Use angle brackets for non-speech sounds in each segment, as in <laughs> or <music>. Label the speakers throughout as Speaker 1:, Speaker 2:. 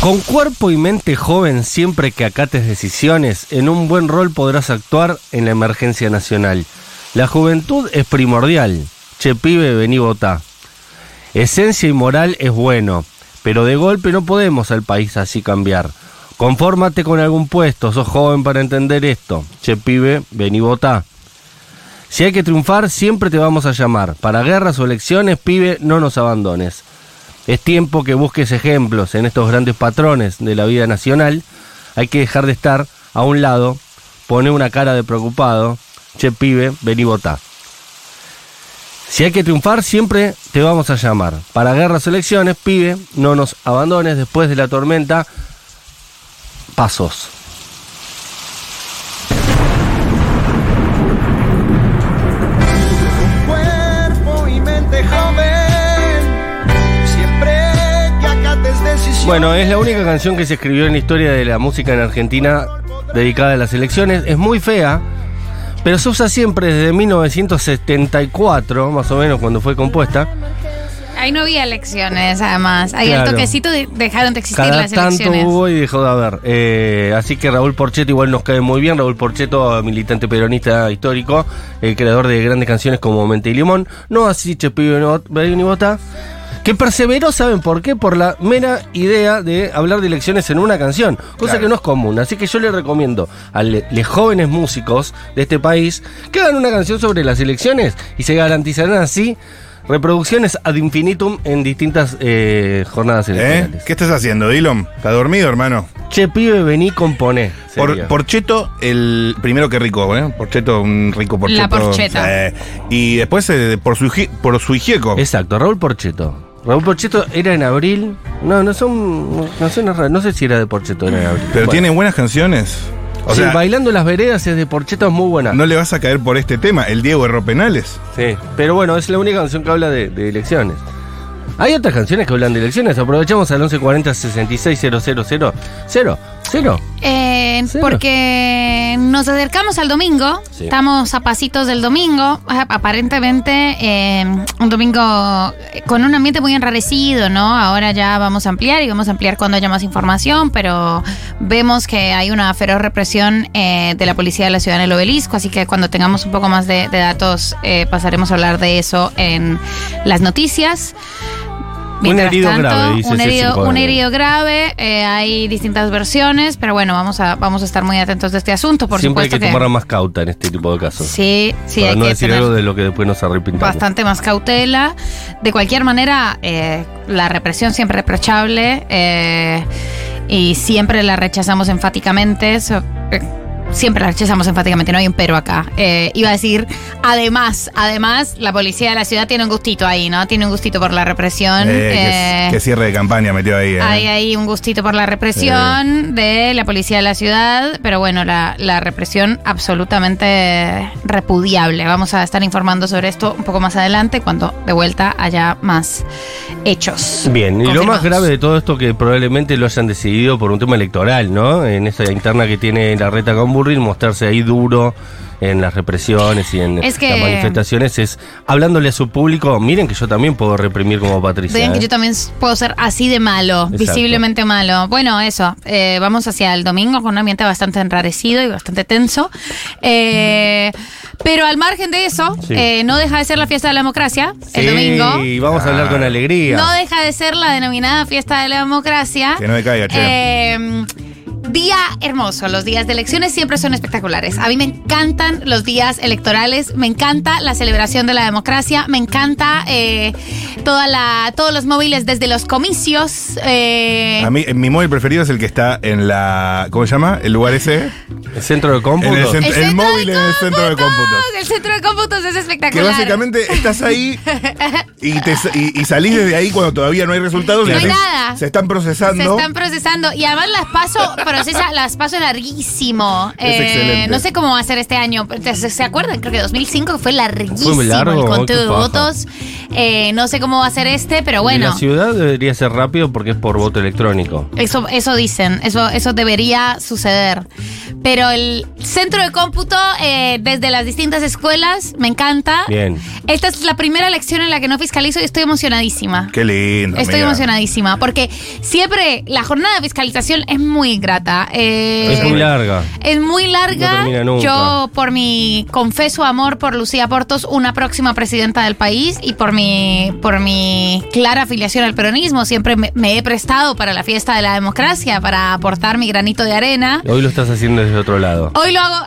Speaker 1: Con cuerpo y mente joven, siempre que acates decisiones, en un buen rol podrás actuar en la emergencia nacional. La juventud es primordial. Che pibe, vení votá. Esencia y moral es bueno, pero de golpe no podemos al país así cambiar. Confórmate con algún puesto, sos joven para entender esto. Che pibe, vení votá. Si hay que triunfar, siempre te vamos a llamar. Para guerras o elecciones, pibe, no nos abandones. Es tiempo que busques ejemplos en estos grandes patrones de la vida nacional. Hay que dejar de estar a un lado, poner una cara de preocupado. Che, pibe, vení votá. Si hay que triunfar, siempre te vamos a llamar. Para guerras o elecciones, pibe, no nos abandones después de la tormenta. Pasos.
Speaker 2: cuerpo y mente joven. Siempre que acates decisiones.
Speaker 1: Bueno, es la única canción que se escribió en la historia de la música en Argentina dedicada a las elecciones. Es muy fea, pero se usa siempre desde 1974, más o menos, cuando fue compuesta.
Speaker 3: Ahí no había elecciones, además. Ahí
Speaker 1: Claro.
Speaker 3: al toquecito de- dejaron de existir
Speaker 1: Cada
Speaker 3: las
Speaker 1: tanto
Speaker 3: elecciones.
Speaker 1: hubo y dejó de haber. Eh, así que Raúl Porcheto igual nos cae muy bien. Raúl Porcheto, militante peronista histórico, el creador de grandes canciones como Mente y Limón. No así, Chepillo no, ni Bota. Que perseveró, ¿saben por qué? Por la mera idea de hablar de elecciones en una canción, cosa que no es común. Así que yo le recomiendo a los jóvenes músicos de este país que hagan una canción sobre las elecciones y se garantizarán así reproducciones ad infinitum en distintas eh, jornadas electorales.
Speaker 4: ¿Eh? ¿Qué estás haciendo, Dylan? ¿Estás dormido, hermano?
Speaker 1: Che, pibe, vení, componé.
Speaker 4: Por,
Speaker 1: sería.
Speaker 4: porcheto, el primero que rico, ¿eh? Porcheto, un rico porcheto.
Speaker 3: La porcheta.
Speaker 4: Sí. y después eh, por su hiji- por su hijieco.
Speaker 1: Exacto, Raúl Porcheto. Raúl Porcheto era en abril. No, no son. No, son raras. no sé si era de Porcheto era en abril.
Speaker 4: Pero
Speaker 1: Bueno.
Speaker 4: tiene buenas canciones. O
Speaker 1: Sí,
Speaker 4: sea,
Speaker 1: Bailando las veredas es de Porcheto, es muy buena.
Speaker 4: no le vas a caer por este tema, el Diego Erro Penales.
Speaker 1: Sí. Pero bueno, es la única canción que habla de, de elecciones. Hay otras canciones que hablan de elecciones. Aprovechamos al 1140 000 Cero, cero.
Speaker 3: Eh,
Speaker 1: Cero.
Speaker 3: porque nos acercamos al domingo,
Speaker 1: pues. Sí.
Speaker 3: estamos a pasitos del domingo, Ah, aparentemente eh, un domingo eh, con un ambiente muy enrarecido, ¿no? Ahora ya vamos a ampliar y vamos a ampliar cuando haya más información, pero vemos que hay una feroz represión eh, de la policía de la ciudad en el obelisco, así que cuando tengamos un poco más de, de datos eh, pasaremos a hablar de eso en las noticias.
Speaker 1: herido grave, dice
Speaker 3: un
Speaker 1: Ceci
Speaker 3: herido-
Speaker 1: Cuadra.
Speaker 3: un herido grave, eh, hay distintas versiones, pero bueno, vamos a, vamos a estar muy atentos de este asunto, por
Speaker 1: Siempre hay
Speaker 3: supuesto
Speaker 1: que, tomar más cauta en este tipo de casos.
Speaker 3: Sí, sí,
Speaker 1: para
Speaker 3: hay
Speaker 1: no
Speaker 3: que
Speaker 1: decir
Speaker 3: tener
Speaker 1: algo de lo que después nos arrepintamos.
Speaker 3: bastante más cautela. De cualquier manera, eh, la represión siempre reprochable eh, y siempre la rechazamos enfáticamente. so- eh, Siempre la rechazamos enfáticamente, no hay un pero acá. Eh, iba a decir, además, además, la policía de la ciudad tiene un gustito ahí, ¿no? Tiene un gustito por la represión.
Speaker 4: Eh, que-
Speaker 3: eh,
Speaker 4: que, cierre de campaña metió ahí. ¿eh?
Speaker 3: Hay ahí un gustito por la represión de la policía de la ciudad, pero bueno, la, la represión absolutamente repudiable. Vamos a estar informando sobre esto un poco más adelante cuando de vuelta haya más hechos.
Speaker 1: Bien, y lo más
Speaker 3: confirmados.
Speaker 1: grave de todo esto que probablemente lo hayan decidido por un tema electoral, ¿no? En esa interna que tiene la reta con Burril, mostrarse ahí duro en las represiones y en
Speaker 3: Es que-
Speaker 1: las manifestaciones es hablándole a su público, miren que yo también puedo reprimir como Patricia.
Speaker 3: Vean que
Speaker 1: ¿eh?
Speaker 3: yo también puedo ser así de malo,
Speaker 1: Exacto.
Speaker 3: visiblemente malo. Bueno, eso, eh, vamos hacia el domingo con un ambiente bastante enrarecido y bastante tenso. Eh, pero al margen de eso,
Speaker 1: Sí.
Speaker 3: eh, no deja de ser la fiesta de la democracia el domingo.
Speaker 1: ¿eh? Sí, vamos a hablar
Speaker 4: Ah.
Speaker 1: con alegría.
Speaker 3: No deja de ser la denominada fiesta de la democracia.
Speaker 4: Que no me caiga, che.
Speaker 3: Eh, Día hermoso, los días de elecciones siempre son espectaculares. A mí me encantan los días electorales, me encanta la celebración de la democracia, me encanta eh, toda la, todos los móviles desde los comicios. eh,
Speaker 4: A mí, eh, mi móvil preferido es el que está en la. ¿Cómo se llama? El lugar ese.
Speaker 1: El centro de
Speaker 4: En el,
Speaker 1: cómputo.
Speaker 4: cent-
Speaker 3: El
Speaker 4: el
Speaker 3: centro de
Speaker 4: móvil en el centro de cómputos.
Speaker 3: el centro de cómputos es
Speaker 4: Que
Speaker 3: espectacular.
Speaker 4: básicamente estás ahí y, te, sa- y, y salís desde ahí cuando todavía no hay resultados. y
Speaker 3: No hay
Speaker 4: decís,
Speaker 3: nada.
Speaker 4: Se están
Speaker 3: Se
Speaker 1: <laughs>
Speaker 4: procesando.
Speaker 3: están procesando y además las paso pero sí, ya las paso larguísimo. Eh,
Speaker 4: Es excelente.
Speaker 3: No sé cómo va a ser este año. ¿Se se acuerdan? Creo que 2005 fue larguísimo
Speaker 1: Fue muy largo,
Speaker 3: el conteo
Speaker 1: qué
Speaker 3: de
Speaker 1: paja.
Speaker 3: votos. Eh, no sé cómo va a ser este, pero
Speaker 1: En
Speaker 3: bueno.
Speaker 1: la ciudad debería ser rápido porque es por voto electrónico.
Speaker 3: Eso, eso dicen, eso, eso debería suceder. Pero el centro de cómputo eh, desde las distintas escuelas me encanta.
Speaker 1: Bien.
Speaker 3: Esta es la primera elección en la que no fiscalizo y estoy emocionadísima.
Speaker 4: Qué lindo.
Speaker 3: Estoy
Speaker 4: amiga.
Speaker 3: emocionadísima porque siempre la jornada de fiscalización es muy grata. eh,
Speaker 1: es muy larga.
Speaker 3: es muy larga.
Speaker 1: No termina nunca.
Speaker 3: Yo, por mi confeso amor por Lucía Portos, una próxima presidenta del país, y por mi, por mi clara afiliación al peronismo, siempre me, me he prestado para la fiesta de la democracia, para aportar mi granito de arena.
Speaker 1: Hoy lo estás haciendo desde otro lado.
Speaker 3: Hoy lo hago.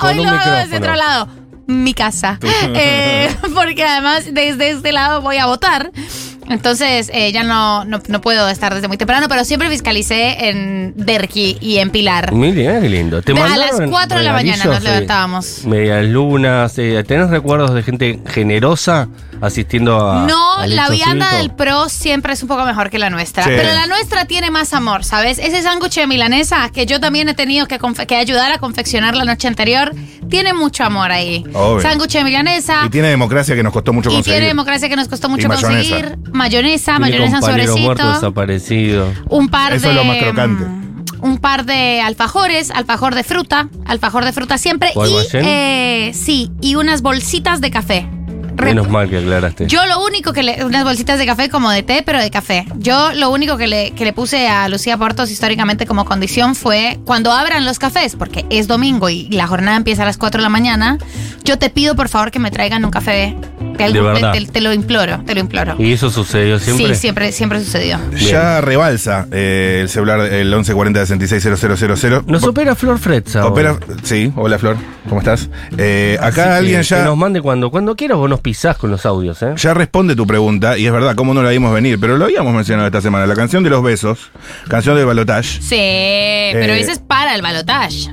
Speaker 1: Con
Speaker 3: <laughs> Hoy
Speaker 1: un
Speaker 3: lo hago desde
Speaker 1: micrófono.
Speaker 3: otro lado. Mi casa. Eh, porque además desde este lado voy a votar. Entonces eh, ya no, no, no puedo estar desde muy temprano, pero siempre fiscalicé en Derqui y en
Speaker 1: <laughs>
Speaker 3: Pilar.
Speaker 1: Muy bien, qué lindo. ¿Te
Speaker 3: A las
Speaker 1: mandaron
Speaker 3: 4 de la mañana
Speaker 1: regalillos,
Speaker 3: nos levantábamos.
Speaker 1: Medias lunas. eh, ¿Tenés recuerdos de gente generosa asistiendo a.
Speaker 3: No,
Speaker 1: al
Speaker 3: la
Speaker 1: hecho
Speaker 3: vianda
Speaker 1: cívico?
Speaker 3: del pro siempre es un poco mejor que la nuestra.
Speaker 4: Sí.
Speaker 3: Pero la nuestra tiene más amor, ¿sabes? Ese sándwich de milanesa que yo también he tenido que, confe- que ayudar a confeccionar la noche anterior, tiene mucho amor ahí.
Speaker 4: Obvio.
Speaker 3: Sándwich de milanesa.
Speaker 4: Y tiene democracia que nos costó mucho
Speaker 3: Y
Speaker 4: conseguir.
Speaker 3: tiene democracia que nos costó mucho
Speaker 4: Y mayonesa.
Speaker 3: conseguir. Mayonesa,
Speaker 1: Tiene
Speaker 3: mayonesa en
Speaker 1: compañero muerto
Speaker 3: sobrecito.
Speaker 1: desaparecido.
Speaker 3: Un par
Speaker 4: Eso
Speaker 3: de.
Speaker 4: es lo más crocante.
Speaker 3: mm, Un par de alfajores, alfajor de fruta, alfajor de fruta siempre.
Speaker 1: ¿O algo
Speaker 3: Y,
Speaker 1: ayer?
Speaker 3: eh, sí, y unas bolsitas de café. Re-
Speaker 1: Menos mal que aclaraste.
Speaker 3: yo lo único que le. Unas bolsitas de café como de té, pero de café. Yo lo único que le, que le puse a Lucía Portos históricamente como condición fue cuando abran los cafés, porque es domingo y la jornada empieza a las 4 de la mañana. Yo te pido por favor que me traigan un café. De algún-
Speaker 1: verdad.
Speaker 3: te, te lo imploro, te lo imploro.
Speaker 1: ¿Y eso sucedió siempre?
Speaker 3: Sí, siempre, siempre sucedió.
Speaker 4: Ya rebalsa eh, el celular el 1140-660000.
Speaker 1: Nos opera Flor Fretza. hoy.
Speaker 4: Opera- sí, hola Flor, ¿cómo estás? Eh, acá
Speaker 1: Así
Speaker 4: alguien
Speaker 1: que
Speaker 4: ya,
Speaker 1: que nos mande cuando, cuando quieras vos nos pisás con los audios, ¿eh?
Speaker 4: ya responde tu pregunta, y es verdad, ¿cómo no la vimos venir? Pero lo habíamos mencionado esta semana, la canción de los besos, canción de Balotage.
Speaker 3: Sí, pero
Speaker 4: Eh,
Speaker 3: ese es para el balotage.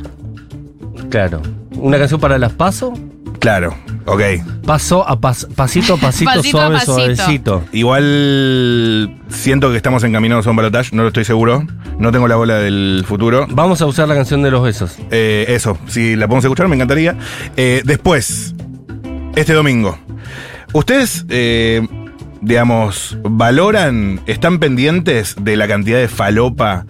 Speaker 1: Claro. Una canción para las pasos.
Speaker 4: Claro, ok.
Speaker 1: Paso a pas-
Speaker 3: <laughs>
Speaker 1: pasito a pasito,
Speaker 3: Pasito a
Speaker 1: suave,
Speaker 3: pasito.
Speaker 1: suavecito.
Speaker 4: Igual siento que estamos encaminados a un Balotage, no lo estoy seguro, no tengo la bola del futuro.
Speaker 1: Vamos a usar la canción de los besos.
Speaker 4: Eh, eso, si la podemos escuchar, me encantaría. Eh, después, este domingo, ¿ustedes, eh, digamos, valoran, están pendientes de la cantidad de falopa,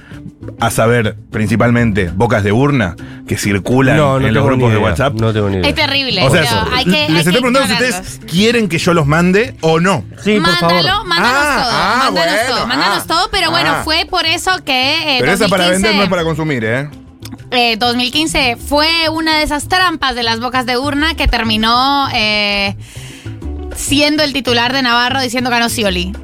Speaker 4: a saber, principalmente, bocas de urna que circulan en los
Speaker 1: tengo ni
Speaker 4: grupos de
Speaker 1: idea,
Speaker 4: WhatsApp?
Speaker 1: No tengo ni idea.
Speaker 3: Es terrible.
Speaker 4: O sea,
Speaker 3: pero hay que, hay
Speaker 4: les
Speaker 3: que
Speaker 4: estoy preguntando si
Speaker 3: ignorarlos.
Speaker 4: ustedes quieren que yo los mande o no.
Speaker 1: Sí, por favor.
Speaker 3: Mándalo, mándanos
Speaker 4: Ah,
Speaker 3: todo,
Speaker 4: ah,
Speaker 3: mándanos
Speaker 4: bueno,
Speaker 3: todo, mándanos
Speaker 4: ah,
Speaker 3: todo, pero bueno,
Speaker 4: ah.
Speaker 3: fue por eso que eh,
Speaker 4: Pero esa
Speaker 3: 2015,
Speaker 4: es para vender, no es para consumir, ¿eh?
Speaker 3: eh, 2015 fue una de esas trampas de las bocas de urna que terminó eh, siendo el titular de Navarro diciendo ganó Scioli.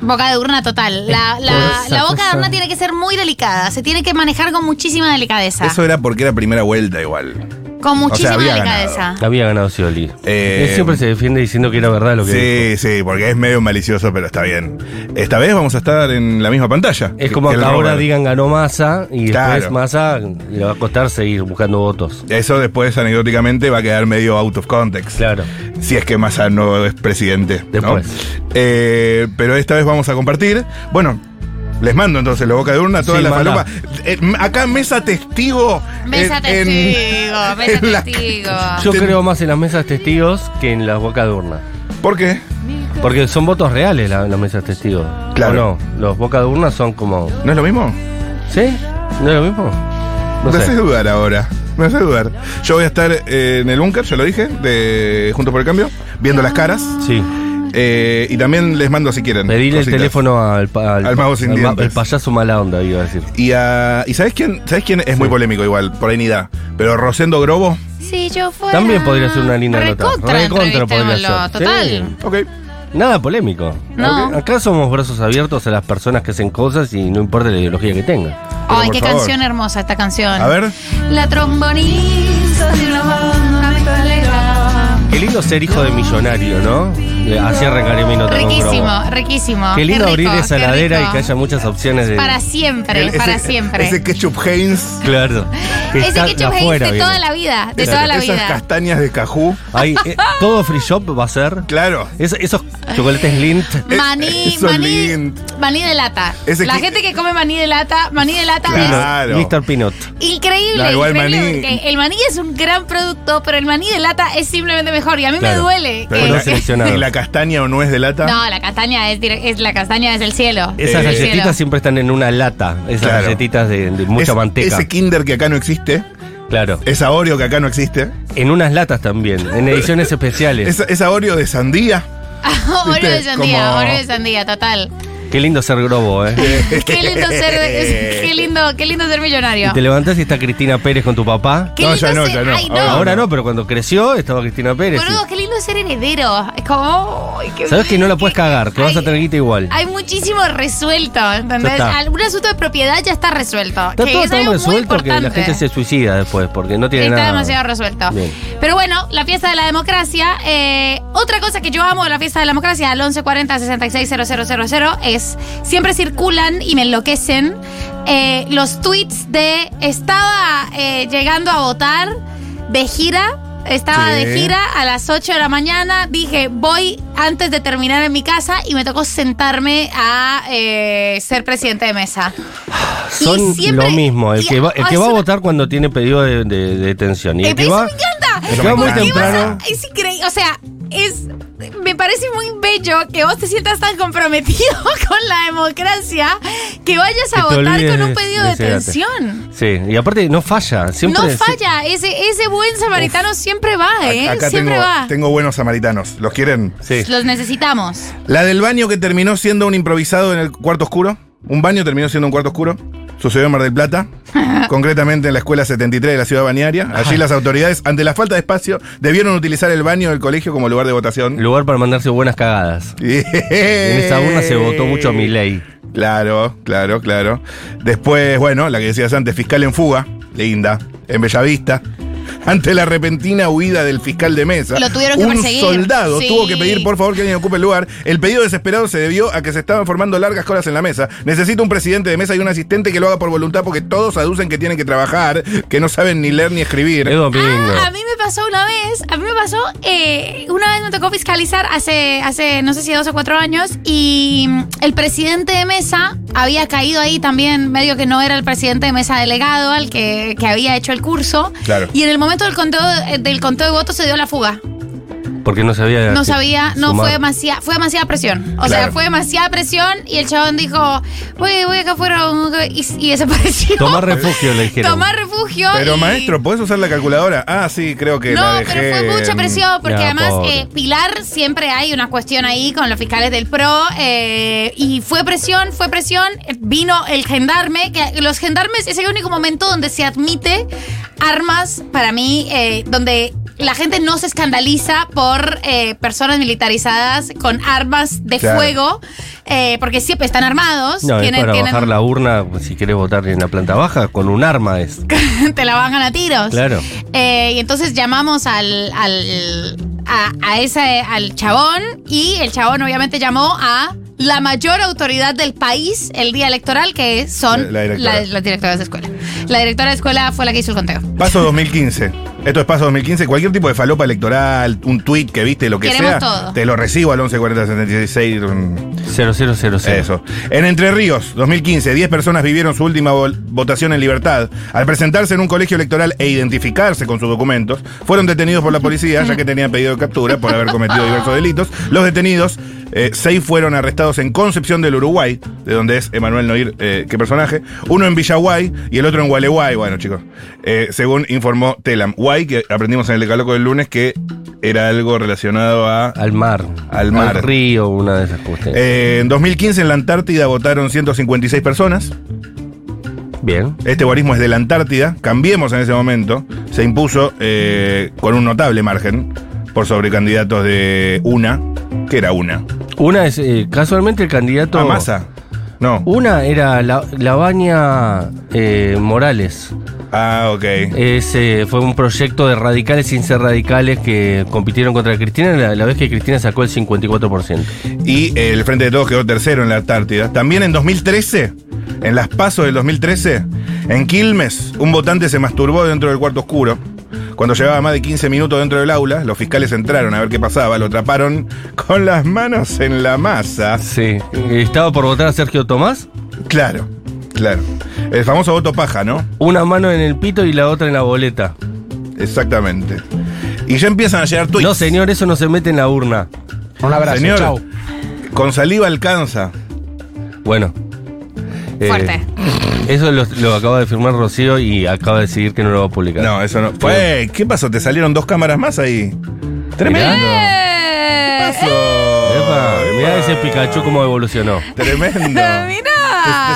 Speaker 3: Boca de urna total. La, la-
Speaker 1: Esa
Speaker 3: la boca
Speaker 1: cosa.
Speaker 3: de urna tiene que ser muy delicada, se tiene que manejar con muchísima delicadeza.
Speaker 4: Eso era porque era primera vuelta igual.
Speaker 3: Con muchísima
Speaker 4: había
Speaker 3: delicadeza.
Speaker 4: ganado.
Speaker 1: Había ganado Scioli.
Speaker 4: Eh,
Speaker 1: Él siempre se defiende diciendo que era verdad lo que dijo.
Speaker 4: Sí, sí, porque es medio malicioso, pero está bien. Esta vez vamos a estar en la misma pantalla.
Speaker 1: Es como
Speaker 4: que
Speaker 1: que
Speaker 4: el
Speaker 1: ahora
Speaker 4: Robert.
Speaker 1: digan ganó Massa y
Speaker 4: Claro.
Speaker 1: después Massa le va a costar seguir buscando votos.
Speaker 4: Eso después, anecdóticamente, va a quedar medio out of context.
Speaker 1: Claro.
Speaker 4: Si es que Massa no es presidente. ¿no?
Speaker 1: Después.
Speaker 4: Eh, pero esta vez vamos a compartir. Bueno, les mando entonces la boca de urna, toda
Speaker 1: Sí,
Speaker 4: la
Speaker 1: manda.
Speaker 4: paloma. acá mesa testigo.
Speaker 3: Mesa
Speaker 4: en- en-
Speaker 3: testigo, mesa
Speaker 4: <laughs> en la-
Speaker 3: testigo.
Speaker 1: Yo
Speaker 4: Ten-
Speaker 1: creo más en las mesas testigos que en las bocas de urna.
Speaker 4: ¿Por qué?
Speaker 1: Porque son votos reales la- las mesas testigos.
Speaker 4: Claro.
Speaker 1: ¿O no, los bocas de urna son como.
Speaker 4: ¿No es lo mismo?
Speaker 1: ¿Sí? ¿No es lo mismo? No
Speaker 4: me haces
Speaker 1: sé.
Speaker 4: dudar ahora. Me haces dudar. Yo voy a estar eh, en el búnker, ya lo dije, de Juntos por el Cambio, viendo las caras.
Speaker 1: Sí.
Speaker 4: Eh, y también les mando si quieren.
Speaker 1: Pedirle el
Speaker 4: cositas.
Speaker 1: teléfono al, pa-
Speaker 4: Al mago sin
Speaker 1: ma-
Speaker 4: dientes.
Speaker 1: el payaso mala onda, iba a decir.
Speaker 4: Y, a, ¿y sabes quién? ¿Sabes quién? Es muy polémico igual, por ahí ni da. Pero Rosendo Grobo.
Speaker 3: Si yo fuera.
Speaker 1: También podría ser una linda nota.
Speaker 3: Recontra,
Speaker 1: Recontra podría
Speaker 3: entrevistémoslo,
Speaker 1: ser.
Speaker 3: Total.
Speaker 4: Ok.
Speaker 1: Nada polémico.
Speaker 3: No.
Speaker 1: Acá- Acá somos brazos abiertos a las personas que hacen cosas y no importa la ideología que tengan.
Speaker 3: Ay,
Speaker 4: por
Speaker 3: qué
Speaker 4: favor.
Speaker 3: canción hermosa esta canción.
Speaker 4: A ver.
Speaker 3: La trombonista de una banda metalera.
Speaker 4: Qué lindo
Speaker 1: lindo ser hijo de millonario, ¿no? Eh, Así arrancaré mi nota con Grobo.
Speaker 3: Riquísimo, riquísimo.
Speaker 1: Qué lindo
Speaker 3: rico,
Speaker 1: abrir esa
Speaker 3: qué
Speaker 1: heladera
Speaker 3: rico.
Speaker 1: y que haya muchas opciones de.
Speaker 3: Para siempre,
Speaker 4: El- ese-
Speaker 3: para siempre.
Speaker 4: Ese ketchup Heinz.
Speaker 3: <laughs>
Speaker 1: Claro. que
Speaker 3: Ese
Speaker 1: está
Speaker 3: ketchup Heinz
Speaker 1: afuera
Speaker 3: de
Speaker 1: viene.
Speaker 3: toda la vida, de
Speaker 4: esa-
Speaker 3: toda la
Speaker 4: Esas
Speaker 3: vida.
Speaker 4: castañas de cajú.
Speaker 1: Ahí,
Speaker 3: <laughs>
Speaker 1: eh, todo free shop va a ser.
Speaker 4: Claro.
Speaker 1: Es- esos chocolates Lindt.
Speaker 4: Eh,
Speaker 3: Maní,
Speaker 4: eso
Speaker 3: maní,
Speaker 4: lindo.
Speaker 3: maní de lata.
Speaker 4: Ese
Speaker 3: la
Speaker 4: que-
Speaker 3: gente que come maní de lata, maní de lata
Speaker 4: Claro.
Speaker 1: Mr. Pinot.
Speaker 3: es increíble.
Speaker 4: No, igual
Speaker 3: increíble,
Speaker 4: maní-
Speaker 3: porque el maní es un gran producto, pero el maní de lata es simplemente mejor. Y a mí me
Speaker 1: Claro.
Speaker 3: duele. que-
Speaker 4: Pero
Speaker 1: bueno,
Speaker 3: <laughs>
Speaker 4: la-
Speaker 1: seleccionado.
Speaker 4: Eh, ¿Y la castaña o nuez de lata?
Speaker 3: no, la castaña es, dire- es la castaña es el cielo.
Speaker 1: Esas
Speaker 4: Eh,
Speaker 1: galletitas
Speaker 3: cielo.
Speaker 1: siempre están en una lata. Esas
Speaker 4: Claro.
Speaker 1: galletitas de, de mucha
Speaker 4: Es-
Speaker 1: manteca.
Speaker 4: Ese Kinder que acá no existe.
Speaker 1: Claro.
Speaker 4: Esa Oreo que acá no existe.
Speaker 1: En unas latas también. En ediciones especiales.
Speaker 4: Esa, esa Oreo de sandía.
Speaker 3: <laughs> Oreo de
Speaker 4: Viste,
Speaker 3: sandía,
Speaker 4: como-
Speaker 3: Oreo de sandía, total.
Speaker 1: Qué lindo ser grobo, ¿eh?
Speaker 3: Qué
Speaker 1: <laughs>
Speaker 3: lindo ser, qué lindo, qué lindo ser millonario.
Speaker 1: Y te levantás y está Cristina Pérez con tu papá.
Speaker 3: Qué
Speaker 4: No,
Speaker 3: lindo
Speaker 4: ya no,
Speaker 3: ser-
Speaker 4: ya no.
Speaker 3: Ay, no.
Speaker 4: Ahora-
Speaker 1: Ahora no, pero cuando creció estaba Cristina Pérez.
Speaker 3: Boludo, qué lindo ser heredero. Es como. ay, qué-
Speaker 1: Sabes que no la puedes cagar, que vas a
Speaker 3: Ay,
Speaker 1: tener guita igual.
Speaker 3: Hay muchísimo resuelto, ¿entendés?
Speaker 1: Ya está.
Speaker 3: Algún asunto de propiedad ya está resuelto.
Speaker 1: Está
Speaker 3: que
Speaker 1: todo
Speaker 3: es
Speaker 1: tan
Speaker 3: algo muy
Speaker 1: resuelto que la
Speaker 3: importante.
Speaker 1: gente se suicida después, porque no tiene
Speaker 3: Está
Speaker 1: nada.
Speaker 3: demasiado resuelto.
Speaker 1: Bien.
Speaker 3: Pero bueno, la fiesta de la democracia. eh, otra cosa que yo amo de la fiesta de la democracia, al 1140-660000, es siempre circulan y me enloquecen eh, los tweets de estaba eh, llegando a votar de gira. Estaba
Speaker 4: Sí.
Speaker 3: de gira a las 8 de la mañana, dije voy antes de terminar en mi casa y me tocó sentarme a eh, ser presidente de mesa.
Speaker 1: Son
Speaker 3: Y siempre-
Speaker 1: lo mismo. El
Speaker 3: y-
Speaker 1: que va, el
Speaker 3: ah,
Speaker 1: que
Speaker 3: es
Speaker 1: va a
Speaker 3: una-
Speaker 1: votar cuando tiene pedido de, de- de detención. Y
Speaker 3: Eh,
Speaker 1: el que
Speaker 3: pero
Speaker 1: va.
Speaker 3: eso me encanta.
Speaker 1: el que va muy
Speaker 4: ¿Por qué vas a-
Speaker 1: temprano.
Speaker 3: Es increíble. O sea, es. Me parece muy bello que vos te sientas tan comprometido <laughs> con la democracia que vayas
Speaker 1: Que
Speaker 3: a
Speaker 1: te
Speaker 3: votar
Speaker 1: olvides
Speaker 3: con un
Speaker 1: de-
Speaker 3: pedido
Speaker 1: de
Speaker 3: de
Speaker 1: ese date.
Speaker 3: detención.
Speaker 1: Sí, y aparte no falla. Siempre,
Speaker 3: no falla, ese, ese buen samaritano siempre va, ¿eh?
Speaker 4: Acá
Speaker 3: siempre
Speaker 4: tengo,
Speaker 3: va.
Speaker 4: tengo buenos samaritanos. ¿Los quieren?
Speaker 1: Sí.
Speaker 3: Los necesitamos.
Speaker 4: La del baño que terminó siendo un improvisado en el cuarto oscuro. Un baño terminó siendo un cuarto oscuro. Sucedió en Mar
Speaker 3: <laughs>
Speaker 4: del Plata, concretamente en la escuela 73 de la ciudad balnearia. Allí las autoridades, ante la falta de espacio, debieron utilizar el baño del colegio como lugar de <laughs> votación.
Speaker 1: Lugar para mandarse buenas cagadas. En
Speaker 4: En
Speaker 1: esa urna se votó mucho a mi ley.
Speaker 4: Claro, claro, claro. Después, bueno, la que decías antes, fiscal en fuga, linda, en Bellavista. <laughs> Ante la repentina huida del fiscal de mesa,
Speaker 3: Lo tuvieron que
Speaker 4: un
Speaker 3: perseguir.
Speaker 4: soldado
Speaker 3: Sí.
Speaker 4: tuvo que pedir por favor que alguien ocupe el lugar. El pedido desesperado se debió a que se estaban formando largas colas en la mesa. Necesito un presidente de mesa y un asistente que lo haga por voluntad porque todos aducen que tienen que trabajar, que no saben ni leer ni escribir.
Speaker 1: Es domingo.
Speaker 3: Ah, a mí me pasó una vez, a mí me pasó, eh, una vez me tocó fiscalizar hace, hace, no sé si dos o cuatro años, y mm, el presidente de mesa había caído ahí también, medio que no era el presidente de mesa delegado al que, que había hecho el curso.
Speaker 4: Claro.
Speaker 3: Y en el momento del conteo, eh, del conteo de votos se dio la fuga.
Speaker 1: Porque no sabía.
Speaker 3: No sabía, no
Speaker 1: sumar.
Speaker 3: fue demasiada, fue demasiada presión. O
Speaker 4: Ah, Claro.
Speaker 3: sea, fue demasiada presión y el chabón dijo, voy, voy acá afuera y, y desapareció. <laughs>
Speaker 1: Tomar refugio, le dijeron.
Speaker 3: Tomar refugio.
Speaker 4: Pero
Speaker 3: y-
Speaker 4: maestro, ¿podés usar la calculadora? Ah, sí, creo que la
Speaker 3: No,
Speaker 4: dejé
Speaker 3: pero fue mucha
Speaker 4: en-
Speaker 3: presión, porque
Speaker 1: Ya,
Speaker 3: además
Speaker 1: pobre.
Speaker 3: eh, Pilar siempre hay una cuestión ahí con los fiscales del PRO, eh, y fue presión, fue presión, eh, vino el gendarme, que los gendarmes es el único momento donde se admite armas, para mí, eh, donde la gente no se escandaliza por eh, personas militarizadas con armas de
Speaker 4: Claro.
Speaker 3: fuego, eh, porque siempre están armados,
Speaker 1: No, Pues, es
Speaker 3: tienen-
Speaker 1: para
Speaker 3: tienen-
Speaker 1: bajar la urna, pues, si querés votar en la planta baja, con un arma es.
Speaker 3: <laughs> te la bajan a tiros.
Speaker 1: Claro.
Speaker 3: Eh, y entonces llamamos al, al- a, a ese, al chabón y el chabón obviamente llamó a la mayor autoridad del país el día electoral, que son
Speaker 4: La- la directora.
Speaker 3: la- las directoras de escuela. La directora de escuela fue la que hizo el conteo.
Speaker 4: Paso 2015. Esto es paso 2015. Cualquier tipo de falopa electoral, un tweet que viste, lo que
Speaker 3: Queremos
Speaker 4: sea,
Speaker 3: todo.
Speaker 4: te lo recibo al 114076. mm,
Speaker 1: 0000.
Speaker 4: Eso. En Entre Ríos, 2015, 10 personas vivieron su última vol- votación en libertad. Al presentarse en un colegio electoral e identificarse con sus documentos, fueron detenidos por la policía, ya que tenían pedido de captura por haber cometido diversos delitos. Los detenidos, eh, seis fueron arrestados en Concepción del Uruguay, de donde es Emanuel Noir, eh, qué personaje, uno en Villaguay y el otro en Gualeguay. Bueno, chicos, eh, según informó Telam. Guay, que aprendimos en el decaloco del lunes, que era algo relacionado a
Speaker 1: Al mar.
Speaker 4: Al mar.
Speaker 1: río, una de esas cuestiones.
Speaker 4: eh, en 2015 en la Antártida votaron 156 personas.
Speaker 1: Bien.
Speaker 4: Este guarismo es de la Antártida. Cambiemos en ese momento. Se impuso eh, con un notable margen por sobre candidatos de una, que era una.
Speaker 1: Una es eh, casualmente el candidato.
Speaker 4: A Massa. No.
Speaker 1: Una era la, Lavania eh, Morales.
Speaker 4: Ah, ok.
Speaker 1: Ese fue un proyecto de radicales sin ser radicales que compitieron contra Cristina la, la vez que Cristina sacó el 54%.
Speaker 4: Y eh, el Frente de Todos quedó tercero en la Antártida. También en 2013, en las pasos del 2013, en Quilmes, un votante se masturbó dentro del cuarto oscuro. Cuando llevaba más de 15 minutos dentro del aula, los fiscales entraron a ver qué pasaba, lo atraparon con las manos en la masa.
Speaker 1: Sí. Estaba por votar a Sergio Tomás,
Speaker 4: Claro, claro. El famoso voto paja, ¿no?
Speaker 1: una mano en el pito y la otra en la boleta.
Speaker 4: Exactamente. Y ya empiezan a llegar tweets.
Speaker 1: No, señor, eso no se mete en la urna.
Speaker 5: Un abrazo,
Speaker 4: Señor,
Speaker 5: chau.
Speaker 4: con saliva alcanza.
Speaker 1: Bueno. eh,
Speaker 3: Fuerte.
Speaker 1: eso lo, lo acaba de firmar Rocío y acaba de decidir que no lo va a publicar.
Speaker 4: No, eso no. Fue, ¿Qué pasó? ¿Te salieron dos cámaras más ahí? Tremendo.
Speaker 3: ¡Eh!
Speaker 1: Epa, mirá ese Pikachu cómo evolucionó.
Speaker 4: Tremendo.
Speaker 3: ¡Eh,
Speaker 4: Te, te
Speaker 3: ¡Mirá!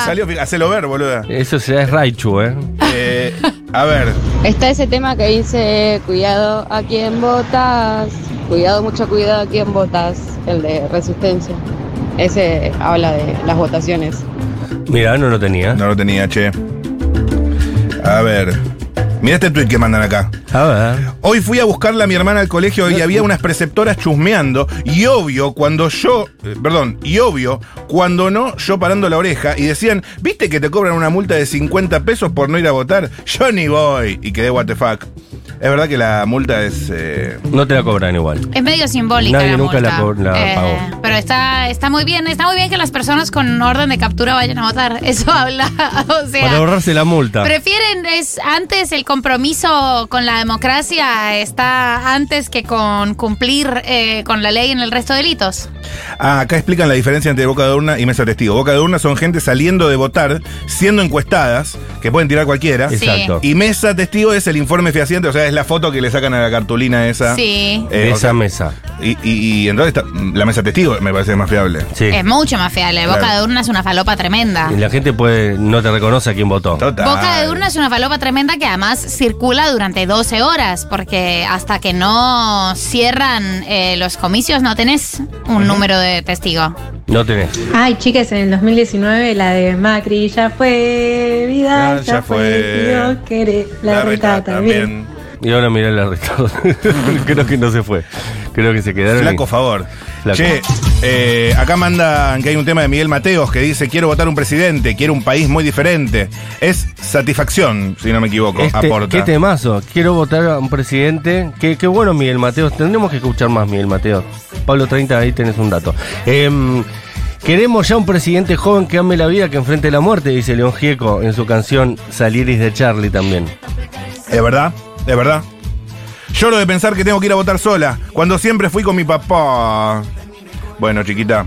Speaker 4: salió, hacelo ver, boluda.
Speaker 1: Eso se da es Raichu, ¿eh?
Speaker 4: Eh, a ver,
Speaker 6: Está ese tema que dice, cuidado a quién votas, cuidado, mucho cuidado a quién votas, el de resistencia. Ese habla de las votaciones.
Speaker 1: Mirá, no lo tenía.
Speaker 4: no lo tenía, che. A ver. Mira este tweet que mandan acá.
Speaker 1: A ver.
Speaker 4: Hoy fui a buscarla a mi hermana al colegio y había unas preceptoras chusmeando. Y obvio, cuando yo. eh, Perdón, y obvio, cuando no, yo parando la oreja y decían: ¿Viste que te cobran una multa de 50 pesos por no ir a votar? Yo ni voy. Y quedé, what the fuck. Es verdad que la multa es. eh,
Speaker 1: No te la cobran igual.
Speaker 3: Es medio simbólica
Speaker 1: Nadie
Speaker 3: la
Speaker 1: nunca la
Speaker 3: multa. Eh,
Speaker 1: co- la pagó.
Speaker 3: Pero está, está muy bien, está muy bien que las personas con orden de captura vayan a votar. Eso habla. <laughs> O
Speaker 1: Para
Speaker 3: sea,
Speaker 1: ahorrarse la multa.
Speaker 3: prefieren es antes el compromiso con la democracia está antes que con cumplir eh, con la ley en el resto de delitos.
Speaker 4: Ah, acá explican la diferencia entre boca de urna y mesa testigo. Boca de urna son gente saliendo de votar, siendo encuestadas, que pueden tirar cualquiera.
Speaker 3: Sí.
Speaker 1: Exacto.
Speaker 4: Y mesa testigo es el informe fehaciente, o sea, es la foto que le sacan a la cartulina esa.
Speaker 3: Sí.
Speaker 4: Eh,
Speaker 1: de
Speaker 4: o
Speaker 1: esa
Speaker 4: sea,
Speaker 1: mesa.
Speaker 4: Y, y- y entonces está- la mesa testigo me parece más fiable.
Speaker 1: Sí.
Speaker 3: Es mucho más fea. La de boca
Speaker 4: Claro.
Speaker 3: de urna es una falopa tremenda.
Speaker 1: Y la gente puede no te reconoce a quién votó.
Speaker 4: Total.
Speaker 3: Boca de urna es una falopa tremenda que además circula durante 12 horas, porque hasta que no cierran eh, los comicios no tenés un número de testigo.
Speaker 1: No tenés.
Speaker 7: Ay, chicas, en el 2019 la de Macri ya fue vida,
Speaker 4: Ya,
Speaker 7: ya,
Speaker 4: ya
Speaker 7: fue,
Speaker 4: fue.
Speaker 7: yo queré, la, reta también.
Speaker 1: Y ahora mirá el arrestado. <laughs> Creo que no se fue. Creo que se quedaron. y-
Speaker 4: Flaco favor.
Speaker 1: Flaco.
Speaker 4: Che, eh, acá mandan que hay un tema de Miguel Mateos que dice: Quiero votar un presidente, quiero un país muy diferente. Es satisfacción, si no me equivoco.
Speaker 1: Este-
Speaker 4: aporta.
Speaker 1: Qué temazo. Quiero votar a un presidente. Qué, qué bueno, Miguel Mateos. Tendremos que escuchar más, Miguel Mateos. Pablo 30, ahí tenés un dato. Em, queremos ya un presidente joven que ame la vida, que enfrente la muerte, dice León Gieco en su canción Saliris de Charlie también.
Speaker 4: Es verdad, es verdad. Lloro de pensar que tengo que ir a votar sola, cuando siempre fui con mi papá. Bueno, chiquita,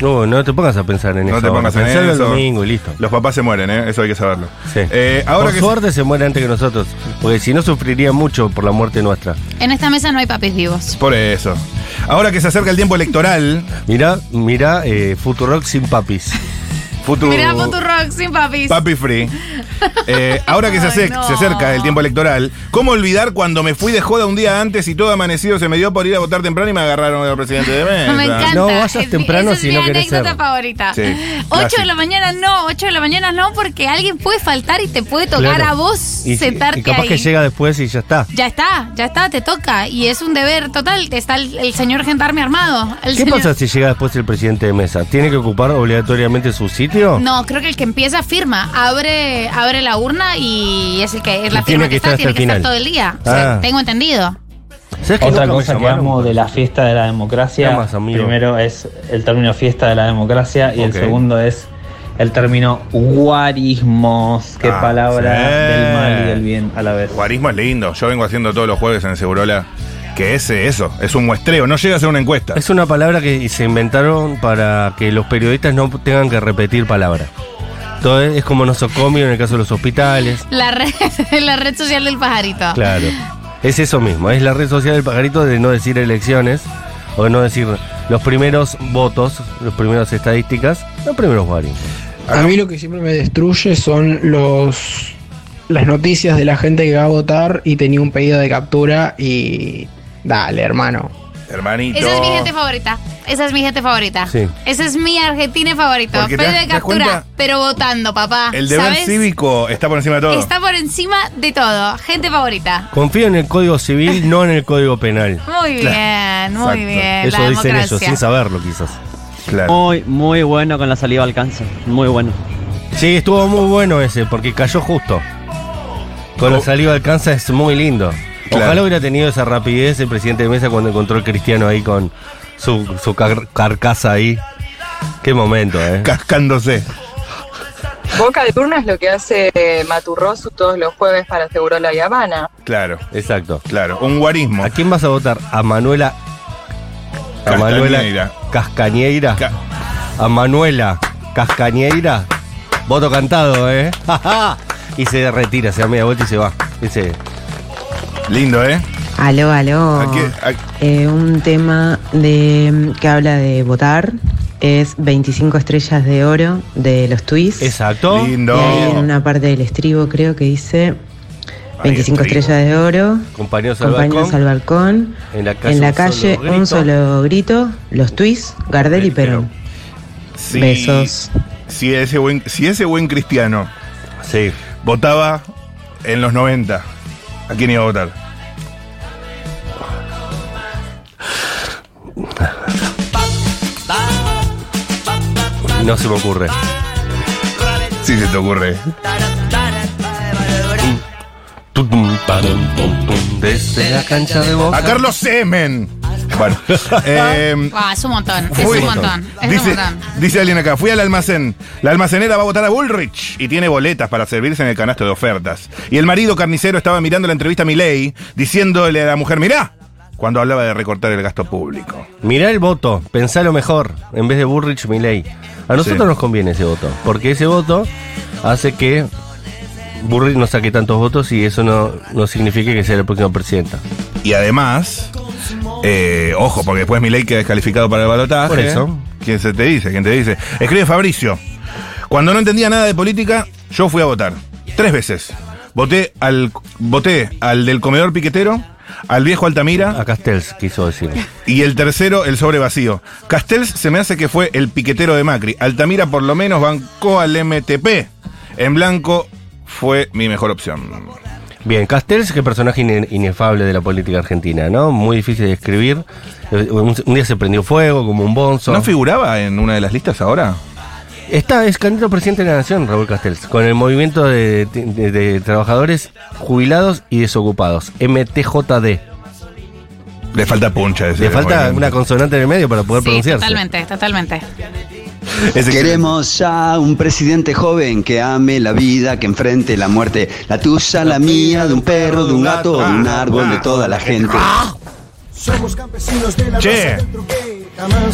Speaker 1: No, no te pongas a pensar en
Speaker 4: No
Speaker 1: eso.
Speaker 4: te pongas en
Speaker 1: Pensalo
Speaker 4: eso.
Speaker 1: el domingo y listo.
Speaker 4: los papás se mueren, ¿eh? Eso hay que saberlo.
Speaker 1: Sí.
Speaker 4: Eh, ahora
Speaker 1: por
Speaker 4: que
Speaker 1: suerte se muere antes que nosotros, porque si no sufriría mucho por la muerte nuestra.
Speaker 3: En esta mesa no hay papis vivos.
Speaker 4: Por eso. Ahora que se acerca el tiempo electoral,
Speaker 1: Mirá, mirá, eh, Futurock sin papis.
Speaker 4: futuro.
Speaker 3: Mirá Futurock sin papis.
Speaker 4: Uh. Papi Free. Eh, ahora que se, ace-
Speaker 3: Ay, no.
Speaker 4: se acerca el tiempo electoral, ¿cómo olvidar cuando me fui de joda un día antes y todo amanecido se me dio por ir a votar temprano y me agarraron del presidente de
Speaker 3: <laughs>
Speaker 4: mesa?
Speaker 3: Me encanta.
Speaker 1: No vayas
Speaker 3: Es mi-
Speaker 1: temprano
Speaker 3: esa
Speaker 1: si
Speaker 3: es
Speaker 1: no
Speaker 3: mi
Speaker 1: querés
Speaker 3: anécdota
Speaker 1: ser.
Speaker 3: favorita.
Speaker 4: Sí,
Speaker 3: 8
Speaker 4: clásico.
Speaker 3: de la mañana no, 8 de la mañana no, porque alguien puede faltar y te puede tocar
Speaker 1: Claro.
Speaker 3: a vos
Speaker 1: Y-
Speaker 3: sentarte
Speaker 1: Y capaz
Speaker 3: ahí.
Speaker 1: que llega después y ya está.
Speaker 3: Ya está, ya está, te toca. Y es un deber total. Está el, el señor gendarme armado. El
Speaker 1: ¿Qué
Speaker 3: señor-
Speaker 1: pasa si llega después el presidente de mesa? ¿Tiene que ocupar obligatoriamente su sitio?
Speaker 3: No, creo que el que empieza firma, abre, abre la urna y es el que es la
Speaker 1: Y
Speaker 3: firma
Speaker 1: tiene que
Speaker 3: que,
Speaker 1: estar
Speaker 3: está, tiene
Speaker 1: hasta
Speaker 3: que
Speaker 1: el
Speaker 3: estar
Speaker 1: final.
Speaker 3: todo el día. O sea,
Speaker 1: Ah.
Speaker 3: tengo entendido.
Speaker 1: ¿Sabes que
Speaker 8: Otra
Speaker 1: nunca me
Speaker 8: cosa que
Speaker 1: llamaron?
Speaker 8: amo de la fiesta de la democracia,
Speaker 1: Nada más, amigo.
Speaker 8: primero es el término fiesta de la democracia y el
Speaker 1: Ok.
Speaker 8: segundo es el término guarismos, que
Speaker 4: Ah,
Speaker 8: palabra
Speaker 4: sí.
Speaker 8: del mal y del bien a la vez.
Speaker 4: Guarismo es lindo. Yo vengo haciendo todos los jueves en el Segurola que ese, eso, es un muestreo, no llega a ser una encuesta.
Speaker 1: Es una palabra que se inventaron para que los periodistas no tengan que repetir palabras. Entonces es como nosocomio en el caso de los hospitales.
Speaker 3: La red, <laughs> la red social del pajarito.
Speaker 1: Claro. Es eso mismo, es la red social del pajarito de no decir elecciones o de no decir los primeros votos, los primeros estadísticas, los primeros varios.
Speaker 9: A mí lo que siempre me destruye son los las noticias de la gente que va a votar y tenía un pedido de captura y dale, hermano.
Speaker 4: hermanito.
Speaker 3: Esa es mi gente favorita. Esa es mi gente favorita.
Speaker 1: Sí.
Speaker 3: Ese es mi argentino favorito.
Speaker 4: Porque te
Speaker 3: Pero
Speaker 4: das-
Speaker 3: de
Speaker 4: te das
Speaker 3: captura,
Speaker 4: cuenta,
Speaker 3: pero votando, papá.
Speaker 4: El deber
Speaker 3: ¿Sabes?
Speaker 4: cívico está por encima de todo.
Speaker 3: Está por encima de todo. Gente favorita.
Speaker 1: Confío en el código civil, no en el código penal.
Speaker 3: Muy bien, muy
Speaker 4: Exacto.
Speaker 3: bien.
Speaker 1: Eso dicen
Speaker 3: la democracia.
Speaker 1: ellos, sin saberlo quizás.
Speaker 7: Oh.
Speaker 4: Claro.
Speaker 5: Muy, muy bueno con la saliva al cáncer. Muy bueno.
Speaker 1: Sí, estuvo muy bueno ese, porque cayó justo. Con la
Speaker 4: Co-
Speaker 1: saliva alcanza es muy lindo.
Speaker 4: Oh. Claro.
Speaker 1: Ojalá hubiera tenido esa rapidez el presidente de mesa cuando encontró al cristiano ahí con su, su car- carcasa ahí. Qué momento, eh.
Speaker 4: Cascándose.
Speaker 6: Boca de Turno es lo que hace Maturrosu todos los jueves para Seguro La Habana.
Speaker 4: Claro,
Speaker 1: Exacto.
Speaker 4: claro. Un guarismo.
Speaker 1: ¿A quién vas a votar? ¿A Manuela? ¿A Manuela
Speaker 4: Castañeira.
Speaker 1: Cascañeira?
Speaker 4: Ca-
Speaker 1: ¿A Manuela Cascañeira? Voto cantado, eh. <laughs> y se retira, se da media vuelta y se va. Dice,
Speaker 4: Lindo, ¿eh?
Speaker 7: Aló, aló.
Speaker 4: ¿A qué- a-
Speaker 7: Eh, un tema de, que habla de votar es 25 estrellas de oro de los Twis.
Speaker 1: exacto.
Speaker 4: Lindo.
Speaker 7: Y ahí en una parte del estribo creo que dice
Speaker 4: estribo.
Speaker 7: 25 estrellas de oro,
Speaker 1: Compañeros al
Speaker 7: compañeros
Speaker 1: balcón.
Speaker 7: al balcón,
Speaker 1: En la calle,
Speaker 7: en
Speaker 1: un
Speaker 7: la calle
Speaker 1: solo grito.
Speaker 7: un solo grito, los Twis, Gardel y
Speaker 1: Pero-
Speaker 7: Perón. Besos.
Speaker 4: Si ese, buen, si ese buen cristiano
Speaker 1: Sí.
Speaker 4: votaba en los 90, ¿a quién iba a votar?
Speaker 1: No se me ocurre.
Speaker 4: Si se te ocurre.
Speaker 1: Desde la cancha de
Speaker 4: A
Speaker 1: boca.
Speaker 4: Carlos Semen.
Speaker 7: <laughs>
Speaker 4: Bueno, eh,
Speaker 3: Guau, es un montón, es
Speaker 4: fui-
Speaker 3: un montón, es
Speaker 4: dice,
Speaker 3: un montón.
Speaker 4: dice alguien acá, fui al almacén. La almacenera va a votar a Bullrich y tiene boletas para servirse en el canasto de ofertas. Y el marido carnicero estaba mirando la entrevista a Milei, diciéndole a la mujer, mirá, cuando hablaba de recortar el gasto público.
Speaker 1: Mirá el voto, pensá lo mejor, en vez de Burrich Milei. A nosotros
Speaker 4: Sí.
Speaker 1: nos conviene ese voto, porque ese voto hace que Burrich no saque tantos votos y eso no, no significa que sea la próxima presidenta.
Speaker 4: Y además, eh, ojo, porque después Milei queda descalificado para el balotaje.
Speaker 1: Por eso.
Speaker 4: ¿Quién se te dice? ¿Quién te dice? Escribe Fabricio. Cuando no entendía nada de política, yo fui a votar. Tres veces. Voté al, voté al del comedor piquetero, al viejo Altamira
Speaker 1: A Castells Ah, quiso decir.
Speaker 4: y el tercero, el sobre vacío. Castells se me hace que fue el piquetero de Macri. Altamira por lo menos bancó al MTP. En blanco fue mi mejor opción.
Speaker 1: Bien, Castells, que personaje ine- inefable de la política argentina, ¿no? Muy difícil de escribir. Eh, Un, un día se prendió fuego como un bonzo.
Speaker 4: ¿No figuraba en una de las listas ahora?
Speaker 1: Está, es candidato a presidente de la Nación, Raúl Castells, con el movimiento de, de- de trabajadores jubilados y desocupados, MTJD.
Speaker 4: Le falta puncha ese.
Speaker 1: Le falta
Speaker 4: movimiento.
Speaker 1: una consonante en el medio para poder
Speaker 3: Sí,
Speaker 1: pronunciarse.
Speaker 3: totalmente, totalmente.
Speaker 4: Es excelente.
Speaker 10: Queremos ya un presidente joven que ame la vida, que enfrente la muerte, la tuya, la mía, de un perro, de un gato, de un árbol, de toda la gente.
Speaker 4: Che,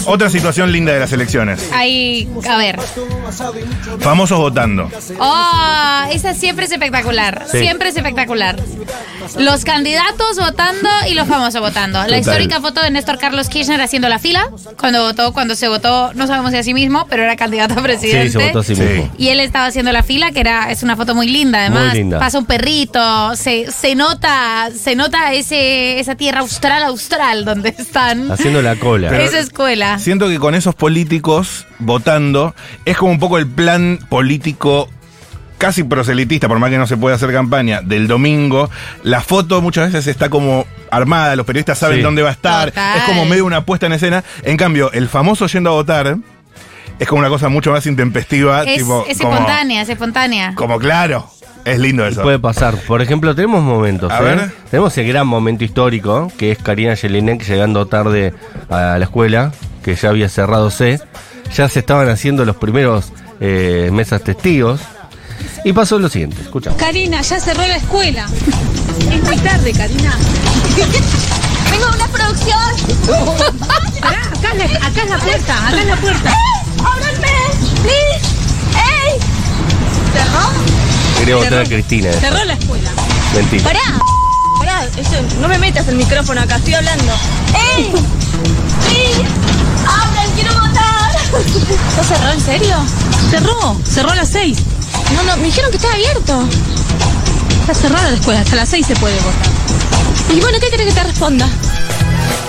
Speaker 4: otra situación linda de las elecciones.
Speaker 3: Ahí, a ver.
Speaker 4: Famosos votando.
Speaker 3: Oh, esa siempre es espectacular.
Speaker 1: Sí.
Speaker 3: Siempre es espectacular. Los candidatos votando y los famosos votando. La histórica foto de Néstor Carlos Kirchner haciendo la fila cuando votó, cuando se votó, no sabemos si a sí mismo, pero era candidato a presidente.
Speaker 1: Sí, se votó a sí
Speaker 4: Sí.
Speaker 1: mismo.
Speaker 3: Y él estaba haciendo la fila, que era es una foto muy linda, además.
Speaker 1: Muy linda.
Speaker 3: Pasa un perrito, se, se nota, se nota ese esa tierra austral austral donde están.
Speaker 1: Haciendo la cola.
Speaker 4: Pero-
Speaker 3: esa escuela.
Speaker 4: Siento que con esos políticos votando es como un poco el plan político casi proselitista, por más que no se pueda hacer campaña, del domingo. La foto muchas veces está como armada, los periodistas saben
Speaker 1: Sí.
Speaker 4: dónde va a estar.
Speaker 3: Total.
Speaker 4: Es como medio una puesta en escena. En cambio, el famoso yendo a votar es como una cosa mucho más intempestiva.
Speaker 3: Es,
Speaker 4: tipo,
Speaker 3: es
Speaker 4: como,
Speaker 3: espontánea, es espontánea.
Speaker 4: como claro. Es lindo eso.
Speaker 1: Puede pasar. Por ejemplo, tenemos momentos.
Speaker 4: A
Speaker 1: ¿eh?
Speaker 4: ver.
Speaker 1: Tenemos el gran momento histórico, que es Karina Jelinek llegando tarde a la escuela, que ya había cerrado C. Ya se estaban haciendo los primeros eh, mesas testigos. Y pasó lo siguiente, escuchamos.
Speaker 7: Karina, ya cerró la escuela. Es muy tarde, Karina.
Speaker 3: <laughs> Vengo de una producción.
Speaker 7: <laughs> Pará, acá es, la, acá es la puerta, acá es la puerta.
Speaker 3: ¡Ábranme! ¡Please! ¡Ey!
Speaker 1: Quería votar a Cristina. eh.
Speaker 7: Cerró la escuela.
Speaker 1: Mentira.
Speaker 3: ¡Pará!
Speaker 7: Pará, eso, no me metas el micrófono acá, estoy hablando.
Speaker 3: ¡Ey! ¡Please! ¡Abran! ¡Quiero
Speaker 7: <laughs>
Speaker 3: votar!
Speaker 7: ¿Ya cerró, en serio? Cerró, cerró a las seis.
Speaker 3: No, no, me dijeron que estaba abierto.
Speaker 7: Está cerrada la escuela, hasta las seis se puede votar.
Speaker 3: Y bueno, ¿qué querés que te responda?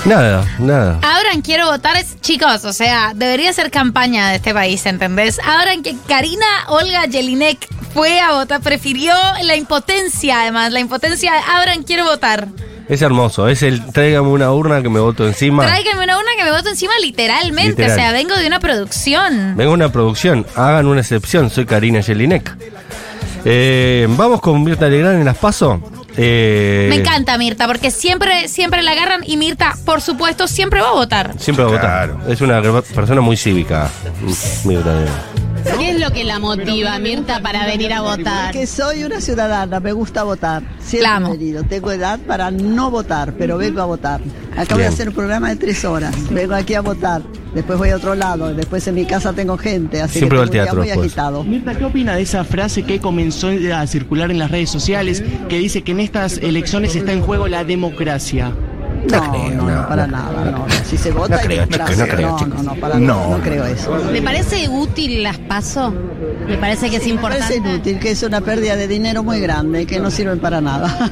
Speaker 1: Nada, nada.
Speaker 3: Ahora en quiero votar es, chicos, o sea, debería ser campaña de este país, ¿entendés? Ahora en que Karina Olga Jelinek fue a votar, prefirió la impotencia, además, la impotencia de ahora en quiero votar.
Speaker 1: Es hermoso. Es el tráigame una urna que me voto encima.
Speaker 3: Tráiganme una, una que me voto encima literalmente,
Speaker 1: Literal.
Speaker 3: o sea, vengo de una producción.
Speaker 1: Vengo a una producción, hagan una excepción, soy Karina Jelinek. Eh, Vamos con Mirta Legrand en las paso. Eh,
Speaker 3: Me encanta Mirta, porque siempre, siempre la agarran y Mirta, por supuesto, siempre va a votar.
Speaker 1: Siempre va a votar. Es una gr- persona muy cívica, Mirta Legrand.
Speaker 11: ¿Qué es lo que la motiva, Mirta, para venir a votar?
Speaker 12: Que soy una ciudadana, me gusta votar. Siempre he venido. Tengo edad para no votar, pero vengo a votar. Acabo
Speaker 1: Bien.
Speaker 12: de hacer un programa de tres horas. Vengo aquí a votar. Después voy a otro lado. Después en mi casa tengo gente. Así
Speaker 1: Siempre
Speaker 12: que
Speaker 1: va al
Speaker 12: tengo un día
Speaker 1: teatro
Speaker 12: muy
Speaker 1: después.
Speaker 12: agitado.
Speaker 13: Mirta, ¿qué opina de esa frase que comenzó a circular en las redes sociales que dice que en estas elecciones está en juego la democracia?
Speaker 12: No, no, no, para nada. No, no. Si se vota,
Speaker 13: No creo,
Speaker 12: hay que
Speaker 13: chicos, no
Speaker 12: esperar.
Speaker 13: creo,
Speaker 12: no,
Speaker 13: chicos.
Speaker 12: no, no, para
Speaker 13: No,
Speaker 12: nada. No
Speaker 13: no.
Speaker 12: creo eso.
Speaker 11: ¿Le parece útil las PASO? ¿Le parece que es
Speaker 12: Sí, me parece
Speaker 11: importante?
Speaker 12: inútil, que es una pérdida de dinero muy grande, que no sirven para nada.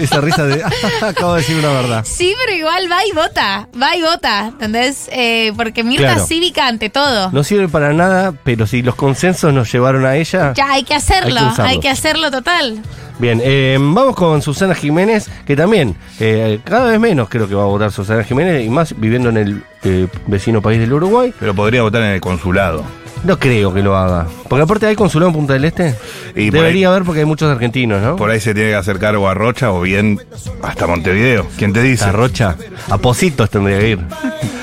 Speaker 1: Esa risa de. <laughs> acabo de decir una verdad.
Speaker 3: Sí, pero igual va y vota, va y vota, ¿entendés? Eh, porque Mirta
Speaker 1: Claro.
Speaker 3: es cívica ante todo.
Speaker 1: No sirve para nada, pero si los consensos nos llevaron a ella.
Speaker 3: Ya, hay que hacerlo,
Speaker 1: Hay que usarlo.
Speaker 3: hay que hacerlo total.
Speaker 1: Bien, eh, vamos con Susana Jiménez, que también eh, cada vez menos creo que va a votar Susana Jiménez, y más viviendo en el eh, vecino país del Uruguay.
Speaker 4: Pero podría votar en el consulado.
Speaker 1: No creo que lo haga. Porque aparte hay consulado en Punta del Este.
Speaker 4: Y por
Speaker 1: Debería haber porque hay muchos argentinos, ¿no?
Speaker 4: Por ahí se tiene que hacer cargo a Rocha o bien hasta Montevideo. ¿Quién te dice? A
Speaker 1: Rocha. A Positos tendría que ir.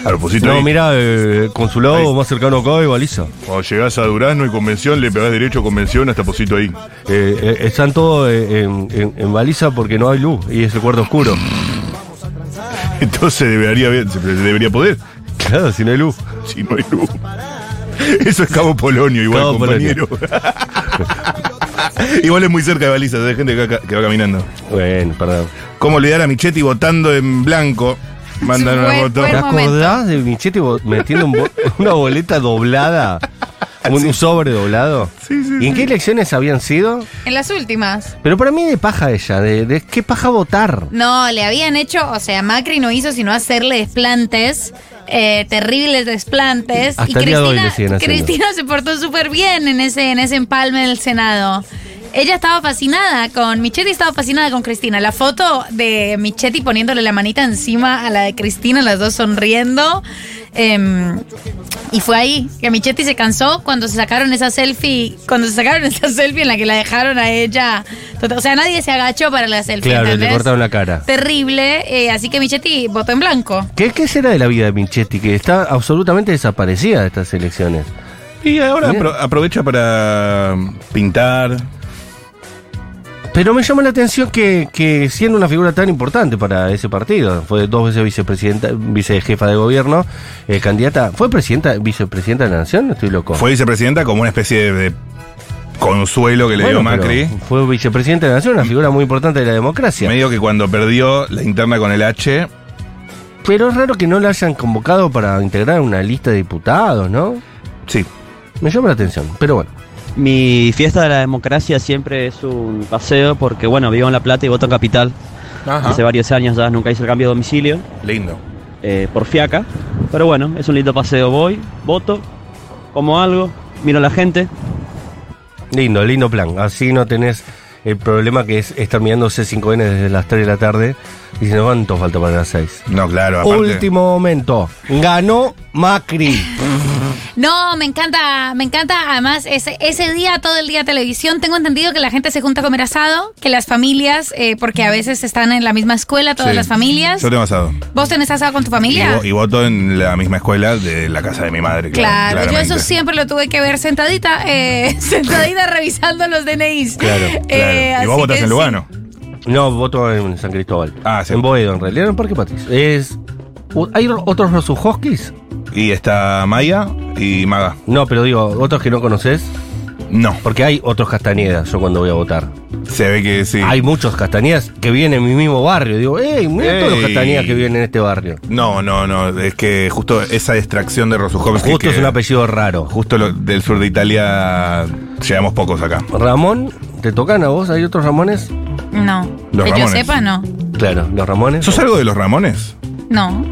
Speaker 4: A Positos.
Speaker 1: No, mira, consulado más cercano acá y baliza.
Speaker 4: Cuando llegás a Durazno y Convención, le pegás derecho a Convención hasta Posito ahí. <laughs>
Speaker 1: Eh, eh, están todos eh, en, en- en baliza porque no hay luz y es el cuarto oscuro.
Speaker 4: Entonces debería, haber- se- debería poder.
Speaker 1: Claro, si no hay luz.
Speaker 4: Si no hay luz. Eso es Cabo Polonio, igual,
Speaker 1: Cabo
Speaker 4: compañero. <laughs> igual es muy cerca de balizas, hay gente que va, ca- que va caminando.
Speaker 1: Bueno, perdón.
Speaker 4: ¿Cómo olvidar a Michetti votando en blanco? Mandan una
Speaker 1: Buen-
Speaker 4: foto.
Speaker 1: ¿Te acordás de Michetti bo- metiendo un bo- <laughs> una boleta doblada? Un, un sobre doblado. ¿Y en qué elecciones habían sido?
Speaker 3: En las últimas.
Speaker 1: Pero para mí de paja ella, de, de qué paja votar.
Speaker 3: No, le habían hecho, o sea, Macri no hizo sino hacerle desplantes, eh, terribles desplantes.
Speaker 1: Hasta el día de hoy le siguen haciendo.
Speaker 3: Cristina se portó súper bien en ese, en ese empalme del Senado. Ella estaba fascinada con Michetti, estaba fascinada con Cristina. La foto de Michetti poniéndole la manita encima a la de Cristina, las dos sonriendo. em, y fue ahí que Michetti se cansó cuando se sacaron esa selfie, cuando se sacaron <laughs> esa selfie en la que la dejaron a ella. O sea, nadie se agachó para la selfie.
Speaker 1: Claro, le
Speaker 3: ¿entendés?
Speaker 1: cortaron la cara.
Speaker 3: terrible, eh, así que Michetti votó en blanco.
Speaker 1: ¿Qué, ¿Qué será de la vida de Michetti? Que está absolutamente desaparecida de estas elecciones.
Speaker 4: Y ahora apro- aprovecha para pintar.
Speaker 1: Pero me llama la atención que, que siendo una figura tan importante para ese partido, fue dos veces vicepresidenta, vicejefa de gobierno, eh, candidata, ¿fue presidenta, vicepresidenta de la nación? Estoy loco.
Speaker 4: Fue vicepresidenta como una especie de, de consuelo que le dio
Speaker 1: Bueno,
Speaker 4: Macri.
Speaker 1: pero Fue vicepresidenta de la nación, una figura muy importante de la democracia.
Speaker 4: Medio que cuando perdió la interna con el H,
Speaker 1: Pero es raro que no la hayan convocado para integrar una lista de diputados, ¿no?
Speaker 4: Sí.
Speaker 1: Me llama la atención, pero bueno.
Speaker 5: Mi fiesta de la democracia siempre es un paseo porque, bueno, vivo en La Plata y voto en Capital.
Speaker 4: Ajá.
Speaker 5: Hace varios años ya nunca hice el cambio de domicilio.
Speaker 4: Lindo.
Speaker 5: eh, por fiaca. Pero bueno, es un lindo paseo. Voy, voto, como algo, miro a la gente.
Speaker 1: Lindo, lindo plan. Así no tenés el problema que es estar mirando C5N desde las 3 de la tarde diciendo cuánto falta para las 6.
Speaker 4: No, claro,
Speaker 3: aparte-
Speaker 1: Último momento. Ganó Macri.
Speaker 3: No, me encanta, me encanta. Además, ese, ese día, todo el día televisión, tengo entendido que la gente se junta a comer asado, que las familias, eh, porque a veces están en la misma escuela todas
Speaker 4: Sí.
Speaker 3: las familias.
Speaker 4: yo tengo asado.
Speaker 3: ¿Vos tenés asado con tu
Speaker 4: Y,
Speaker 3: familia?
Speaker 4: vo- y voto en la misma escuela de la casa de mi madre.
Speaker 3: Claro, yo
Speaker 4: claramente.
Speaker 3: eso siempre lo tuve que ver sentadita, eh, <laughs> sentadita revisando los DNIs.
Speaker 1: Claro,
Speaker 3: <laughs> Eh,
Speaker 4: claro. Y vos
Speaker 3: así
Speaker 4: votás
Speaker 3: que
Speaker 4: en Lugano.
Speaker 1: No, voto en San Cristóbal. Ah, En Boedo, en realidad, en Parque Patricio. Es, ¿Hay otros Rosujoskis?
Speaker 4: Y está Maya y Maga.
Speaker 1: No, pero digo, otros que no conoces.
Speaker 4: No.
Speaker 1: Porque hay otros Castañedas, yo cuando voy a votar.
Speaker 4: Se ve que sí.
Speaker 1: Hay muchos Castañedas que vienen en mi mismo barrio. Digo, ¡ey! Miren todos los
Speaker 4: Ey.
Speaker 1: Castañedas que viven en este barrio.
Speaker 4: No, no, no. Es que justo esa distracción de Rosukovsky.
Speaker 1: Justo es un apellido raro.
Speaker 4: Justo lo- del sur de Italia llegamos pocos acá.
Speaker 1: Ramón, ¿te tocan a vos? ¿Hay otros Ramones?
Speaker 3: No.
Speaker 4: Los
Speaker 3: que yo
Speaker 4: Ramones.
Speaker 3: sepa, no.
Speaker 1: Claro, los Ramones.
Speaker 4: ¿Sos algo de los Ramones?
Speaker 3: No.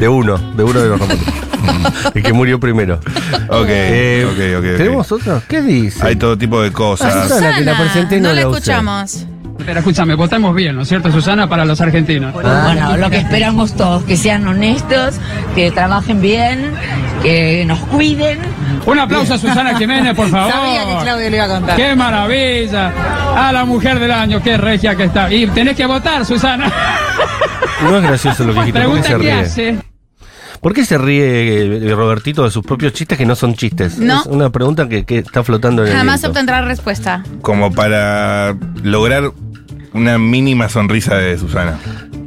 Speaker 1: De uno, de uno de los <laughs> Ramones. El que murió primero.
Speaker 4: Ok,
Speaker 1: Eh,
Speaker 4: ok, ok, ok.
Speaker 1: ¿Tenemos otro? ¿Qué dice?
Speaker 4: Hay todo tipo de cosas.
Speaker 1: Ah, Susana, que la presenté y no
Speaker 3: no la
Speaker 1: la usé.
Speaker 3: escuchamos.
Speaker 14: Pero escúchame, votamos bien, ¿no es cierto, Susana, para los argentinos?
Speaker 15: Bueno, lo que esperamos todos, que sean honestos, que trabajen bien, que nos cuiden.
Speaker 14: Un aplauso a Susana Jiménez, por favor.
Speaker 15: Sabía que Claudio le iba a contar.
Speaker 14: ¡Qué maravilla! A la mujer del año, qué regia que está. Y tenés que votar, Susana.
Speaker 1: No es gracioso lo que dijiste. ¿Por qué
Speaker 14: Pregunta
Speaker 1: se
Speaker 14: qué
Speaker 1: ríe?
Speaker 14: hace.
Speaker 1: ¿Por qué se ríe eh, Robertito de sus propios chistes que no son chistes?
Speaker 3: No.
Speaker 1: Es una pregunta que, que está flotando en el
Speaker 3: Jamás
Speaker 1: viento.
Speaker 3: obtendrá respuesta.
Speaker 4: Como para lograr una mínima sonrisa de Susana.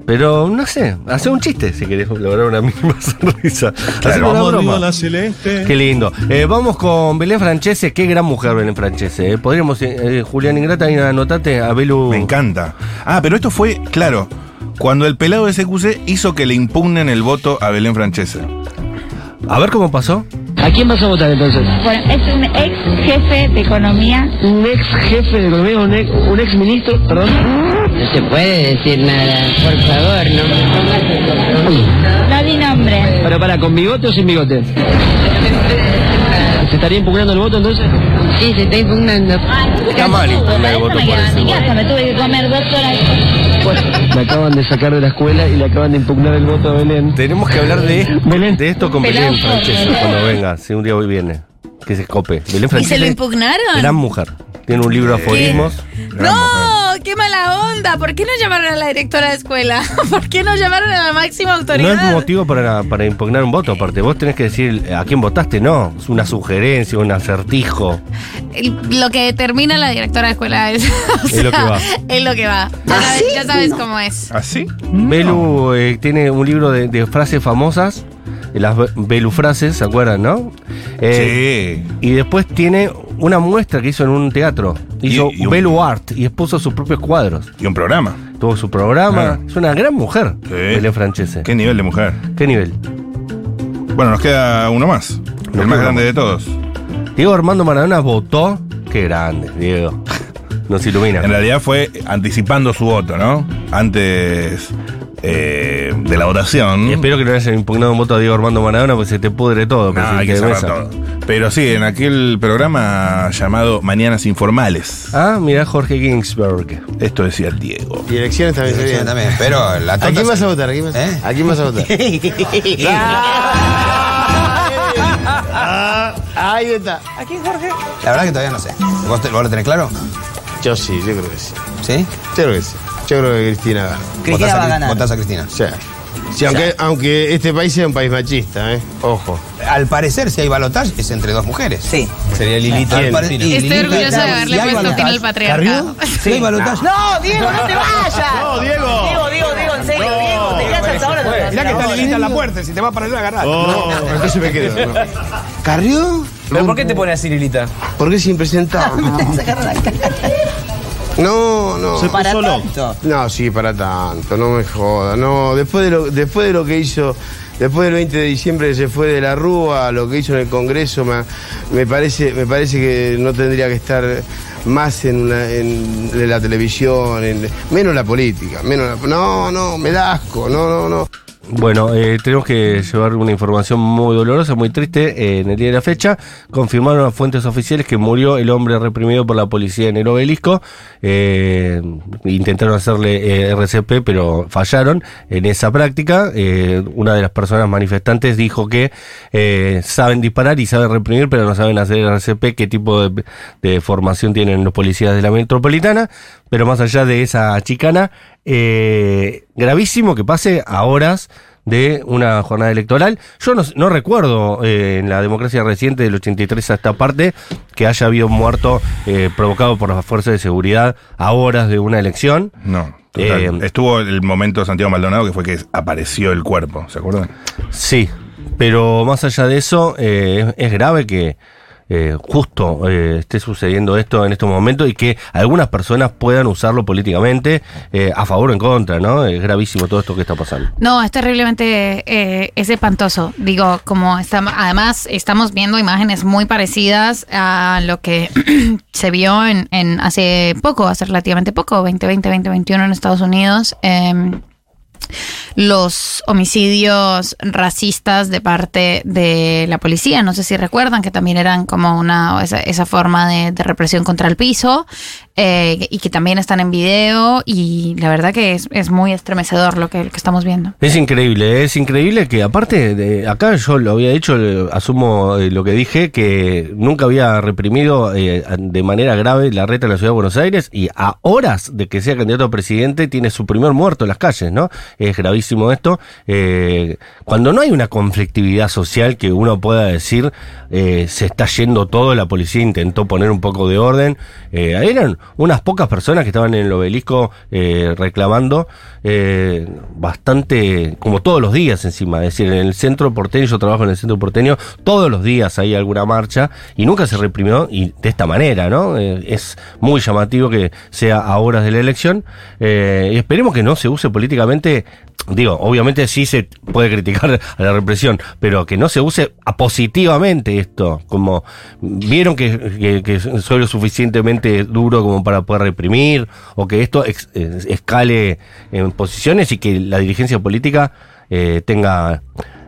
Speaker 1: Pero no sé, hace un chiste si querés lograr una <laughs> mínima sonrisa. Hacer una
Speaker 4: Vamos
Speaker 1: broma.
Speaker 4: arriba la celeste.
Speaker 1: Qué lindo. Eh, vamos con Belén Francese, qué gran mujer Belén Francese. eh. Podríamos, eh, eh, Julián Ingrata, ir a anotate a Belu.
Speaker 4: Me encanta. Ah, pero esto fue, claro, cuando el pelado de SQC hizo que le impugnen el voto a Belén Francese.
Speaker 1: A ver cómo pasó.
Speaker 16: ¿A quién vas a votar entonces?
Speaker 17: <laughs> Bueno, es un ex jefe de economía.
Speaker 16: ¿Un ex jefe de economía, un ex, un ex ministro? Perdón. No se puede decir nada, por favor, no.
Speaker 17: No di nombre.
Speaker 16: Pero para, ¿con bigote o sin bigote? ¿Se estaría impugnando el voto entonces? Sí, se está impugnando.
Speaker 1: Está mal impugnar el
Speaker 17: Me
Speaker 1: voto por
Speaker 17: quedaba en
Speaker 1: ese
Speaker 17: mi
Speaker 1: voto.
Speaker 17: casa, me tuve que comer dos horas.
Speaker 16: La acaban de sacar de la escuela y le acaban de impugnar el voto a Belén.
Speaker 1: Tenemos que hablar de, de esto con
Speaker 3: Pelado
Speaker 1: Belén Francese
Speaker 3: Jorge.
Speaker 1: cuando venga, si un día hoy viene. Que se escope. Belén
Speaker 3: ¿Y se lo
Speaker 1: Francese,
Speaker 3: impugnaron?
Speaker 1: gran mujer. Tiene un libro de aforismos.
Speaker 3: No, qué mala onda. ¿Por qué no llamaron a la directora de escuela? <laughs> ¿Por qué no llamaron a la máxima
Speaker 1: No es
Speaker 3: autoridad?
Speaker 1: motivo para, para impugnar un voto, aparte. Vos tenés que decir a quién votaste, no. Es una sugerencia, un acertijo.
Speaker 3: El- lo que determina la directora de escuela es, <laughs> o
Speaker 1: Es lo que
Speaker 3: sea,
Speaker 1: va.
Speaker 3: Es lo que va. Ya sabes, ya sabes cómo es.
Speaker 4: ¿Así?
Speaker 1: Belu eh, tiene un libro de, de frases famosas, de las be- Belu frases, ¿se acuerdan, no? Eh,
Speaker 4: Eh.
Speaker 1: sí. Y después tiene una muestra que hizo en un teatro. Hizo
Speaker 4: y un-
Speaker 1: Belu Art y expuso sus propios cuadros.
Speaker 4: Y un programa.
Speaker 1: Tuvo su programa.
Speaker 4: Claro.
Speaker 1: Es una gran mujer,
Speaker 4: Sí.
Speaker 1: Belén Francese.
Speaker 4: Qué nivel de mujer.
Speaker 1: ¿Qué nivel?
Speaker 4: Bueno, nos queda uno más. el más grande de todos.
Speaker 1: Diego Armando Maradona votó. Qué grande, Diego. Nos ilumina.
Speaker 4: <laughs> En realidad fue anticipando su voto, ¿no? Antes eh, de la votación.
Speaker 1: Y espero que no le hayan impugnado un voto a Diego Armando Maradona porque se te pudre todo.
Speaker 4: No,
Speaker 1: presidente
Speaker 4: Ah, hay que
Speaker 1: de
Speaker 4: cerrar
Speaker 1: mesa.
Speaker 4: todo. Pero sí, en aquel programa llamado Mañanas Informales.
Speaker 1: Ah, mirá Jorge Ginsberg.
Speaker 4: Esto decía Diego.
Speaker 18: Y elecciones también se vienen.
Speaker 4: También, pero la
Speaker 18: ¿A
Speaker 19: tota
Speaker 4: torta
Speaker 18: quién
Speaker 4: se-
Speaker 18: vas a votar? ¿A quién vas,
Speaker 19: ¿Eh?
Speaker 18: ¿A quién vas
Speaker 19: <laughs>
Speaker 18: a votar? Ah,
Speaker 16: Ahí está.
Speaker 18: quién, Jorge?
Speaker 19: La verdad que todavía no sé. ¿Vos, te- vos lo tenés claro?
Speaker 18: Yo sí, yo creo que sí.
Speaker 19: ¿Sí?
Speaker 18: Yo creo que sí. Yo creo que Cristina gana.
Speaker 19: Cristina
Speaker 18: ¿Votás
Speaker 19: va a
Speaker 18: Cris-
Speaker 19: ganar.
Speaker 18: ¿Votás a Cristina? Sí. Sí, aunque, aunque este país sea un país machista, ¿eh? Ojo.
Speaker 19: Al parecer, si hay balotaje, es entre dos mujeres. Sí. Sería Lilita.
Speaker 18: ¿Quién?
Speaker 19: Al pare-
Speaker 18: Estoy
Speaker 19: Lilita,
Speaker 3: orgullosa de
Speaker 19: claro,
Speaker 3: haberle
Speaker 19: si hay
Speaker 3: puesto fin al
Speaker 19: balotaje-
Speaker 3: patriarcado.
Speaker 19: ¿Carrió? Si hay balotaje.
Speaker 16: No, Diego, no te vayas.
Speaker 18: <laughs> No, Diego.
Speaker 16: Diego, Diego, Diego, en serio, Diego, te quedas hasta ahora. te vas.
Speaker 18: Mirá que está Lilita en la
Speaker 16: puerta, si te vas para allá agarrar.
Speaker 18: Oh, entonces me quedo. no. ¿Carrió?
Speaker 16: ¿Pero por qué te pones así, Lilita?
Speaker 18: Porque es impresentable. No, no.
Speaker 16: Se puso Para loco.
Speaker 18: No, sí, para tanto, no me joda. No, después de lo, después de lo que hizo, después del 20 de diciembre que se fue de la Rúa, lo que hizo en el Congreso, me, me parece, me parece que no tendría que estar más en, una- en- en la televisión, en- menos la política, menos la- no, no, me da asco, no, no, no.
Speaker 1: Bueno, eh, tenemos que llevar una información muy dolorosa, muy triste. eh, en el día de la fecha confirmaron a fuentes oficiales que murió el hombre reprimido por la policía en el obelisco. Eh, intentaron hacerle eh, RCP, pero fallaron en esa práctica. Eh, una de las personas manifestantes dijo que eh, saben disparar y saben reprimir, pero no saben hacer RCP, qué tipo de, de formación tienen los policías de la metropolitana. Pero más allá de esa chicana, eh, gravísimo que pase a horas de una jornada electoral. Yo no, no recuerdo eh, en la democracia reciente del 83 a esta parte que haya habido un muerto eh, provocado por las fuerzas de seguridad a horas de una elección.
Speaker 4: No. total.
Speaker 1: Eh,
Speaker 4: Estuvo el momento de Santiago Maldonado que fue que apareció el cuerpo, ¿se acuerdan?
Speaker 1: Sí, pero más allá de eso, eh, es, es grave que eh, justo eh, esté sucediendo esto en estos momentos y que algunas personas puedan usarlo políticamente eh, a favor o en contra, ¿no? Es gravísimo todo esto que está pasando.
Speaker 3: No, es terriblemente, eh, es espantoso. Digo, como estamos, además estamos viendo imágenes muy parecidas a lo que <clears throat> se vio en, en hace poco, hace relativamente poco, 2020, 2021 en Estados Unidos. em, los homicidios racistas de parte de la policía. No sé si recuerdan que también eran como una esa, esa forma de, de represión contra el piso eh, y que también están en video y la verdad que es, es muy estremecedor lo que, lo que estamos viendo.
Speaker 1: Es increíble, es increíble que aparte, de, acá yo lo había dicho, eh, asumo eh, lo que dije, que nunca había reprimido eh, de manera grave la reta en la ciudad de Buenos Aires y a horas de que sea candidato a presidente tiene su primer muerto en las calles, ¿no? Es gravísimo esto. Eh, cuando no hay una conflictividad social que uno pueda decir, eh, se está yendo todo, la policía intentó poner un poco de orden, eh, eran unas pocas personas que estaban en el obelisco eh, reclamando eh, bastante, como todos los días encima, es decir, en el centro porteño, yo trabajo en el centro porteño, todos los días hay alguna marcha y nunca se reprimió y de esta manera, ¿no? Eh, es muy llamativo que sea a horas de la elección eh, y esperemos que no se use políticamente, digo, obviamente sí se puede criticar a la represión, pero que no se use a positivamente esto, como vieron que, que- que soy lo suficientemente duro como para poder reprimir o que esto ex- eh, escale en posiciones y que la dirigencia política eh, tenga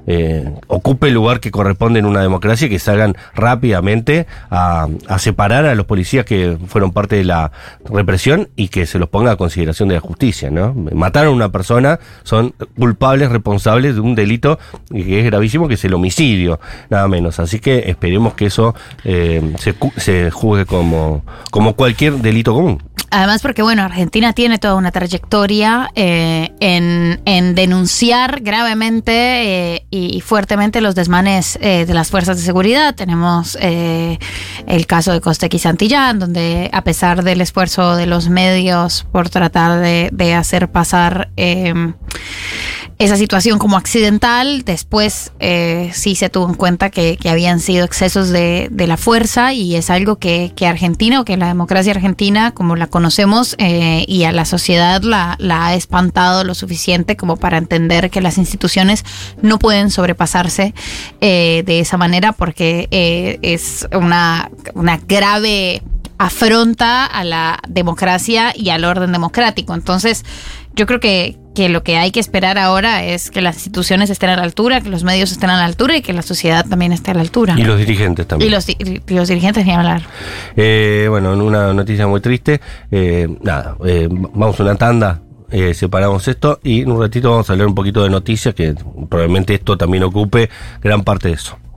Speaker 1: eh, ocupe el lugar que corresponde en una democracia y que salgan rápidamente a, a separar a los policías que fueron parte de la represión y que se los ponga a consideración de la justicia, ¿no? Mataron a una persona, son culpables, responsables de un delito que es gravísimo, que es el homicidio, nada menos. Así que esperemos que eso eh, se, cu- se juzgue como, como cualquier delito común.
Speaker 3: Además, porque bueno, Argentina tiene toda una trayectoria eh, en, en denunciar gravemente eh, y, y fuertemente los desmanes eh, de las fuerzas de seguridad. Tenemos eh, el caso de Costequi Santillán, donde a pesar del esfuerzo de los medios por tratar de, de hacer pasar eh, esa situación como accidental, después eh, sí se tuvo en cuenta que, que habían sido excesos de, de la fuerza y es algo que, que Argentina o que la democracia argentina, como la conocemos eh, y a la sociedad la, la ha espantado lo suficiente como para entender que las instituciones no pueden sobrepasarse eh, de esa manera porque eh, es una, una grave afronta a la democracia y al orden democrático. Entonces, yo creo que, que lo que hay que esperar ahora es que las instituciones estén a la altura, que los medios estén a la altura y que la sociedad también esté a la altura.
Speaker 1: Y los dirigentes también.
Speaker 3: Y los, di- y los dirigentes ni hablar.
Speaker 1: Eh, bueno, en una noticia muy triste, eh, nada, eh, vamos a una tanda, eh, separamos esto y en un ratito vamos a hablar un poquito de noticias, que probablemente esto también ocupe gran parte de eso.